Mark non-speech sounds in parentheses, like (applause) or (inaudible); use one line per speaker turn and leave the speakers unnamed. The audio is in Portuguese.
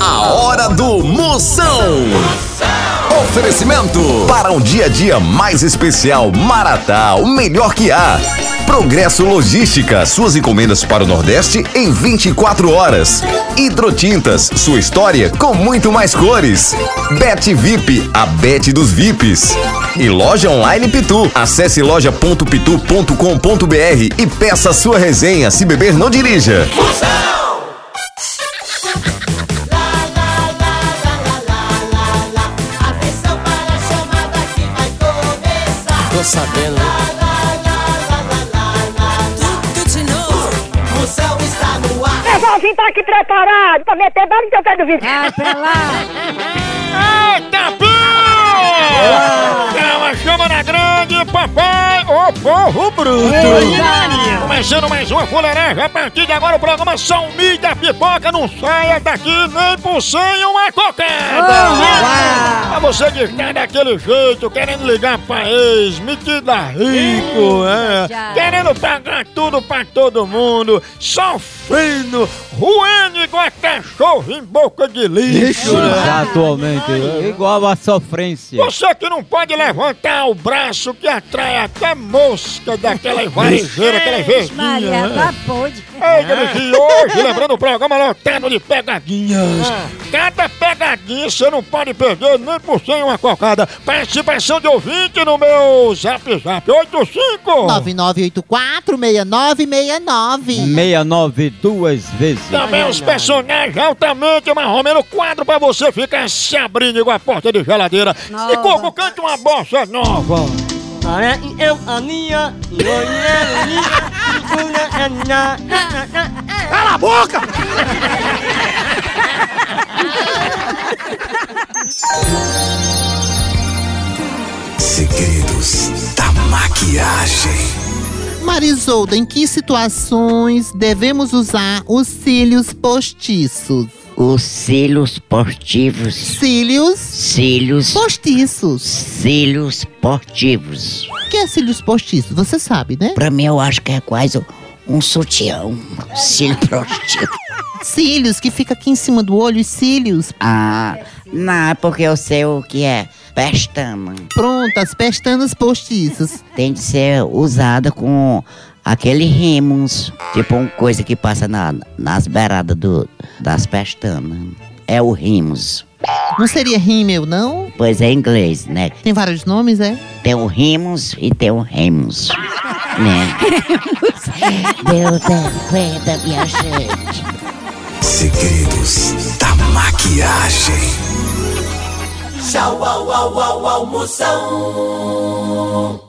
A hora do Moção. Oferecimento para um dia a dia mais especial. Maratá, o melhor que há. Progresso Logística, suas encomendas para o Nordeste em 24 horas. Hidrotintas, sua história com muito mais cores. Bet VIP, a Bet dos VIPs. E loja online Pitu. Acesse loja.pitu.com.br e peça sua resenha. Se beber, não dirija.
Atenção para a chamada que vai começar.
Tô sabendo, né?
Tudo de novo. Moção está no ar.
Pessoalzinho tá aqui preparado pra meter bala no teu pé do vidro. Ah, pra lá.
Eita, pô! Ela chama na grande, papai! O povo bruto! Começando mais uma fuleiragem, a partir de agora o programa São Mídia Pipoca não saia daqui nem por sem uma cocada! Pra você que está daquele jeito, querendo ligar pra ex, metida rico, é, querendo pagar tudo pra todo mundo, sofrendo, ruim igual é cachorro em boca de lixo! né?
Atualmente, é igual a sofrência.
Você que não pode levantar o braço que atrai até mosca daquela varejeira, aquela verdinha. né?
pode.
Ei, Gabi, e hoje, lembrando o programa lotado de pegadinhas. Cada pegadinha você não pode perder nem por sem uma cocada. Participação de ouvinte no meu zap zap 85.
9984-6969.
69 duas vezes.
Também os personagens altamente marromeno, quadro pra você ficar se abrindo igual a porta de geladeira. E
Nossa.
Coco, cante uma bossa nova.
Eu, Aninha,
Cala a boca!
Segredos da maquiagem.
Marisolda, em que situações devemos usar os cílios postiços?
Os cílios portivos,
Cílios
cílios,
postiços.
cílios portivos.
O que é cílios postiços? Você sabe, né?
Pra mim eu acho que é quase um sutiã, um cílio (laughs) portivo.
Cílios que fica aqui em cima do olho, os cílios.
Ah, não, é porque eu sei o que é pestama.
Pronto, as pestanas postiças.
Tem de ser usada com aquele rimos, tipo uma coisa que passa na, nas beiradas do, das pestanas. É o rimos,
Não seria rímel, não?
pois é em inglês, né?
Tem vários nomes, é?
Tem o Rimos e tem o Remos. Né? Deus aguenta, minha gente.
Segredos da maquiagem.
Tchau, au, au, au, almoção.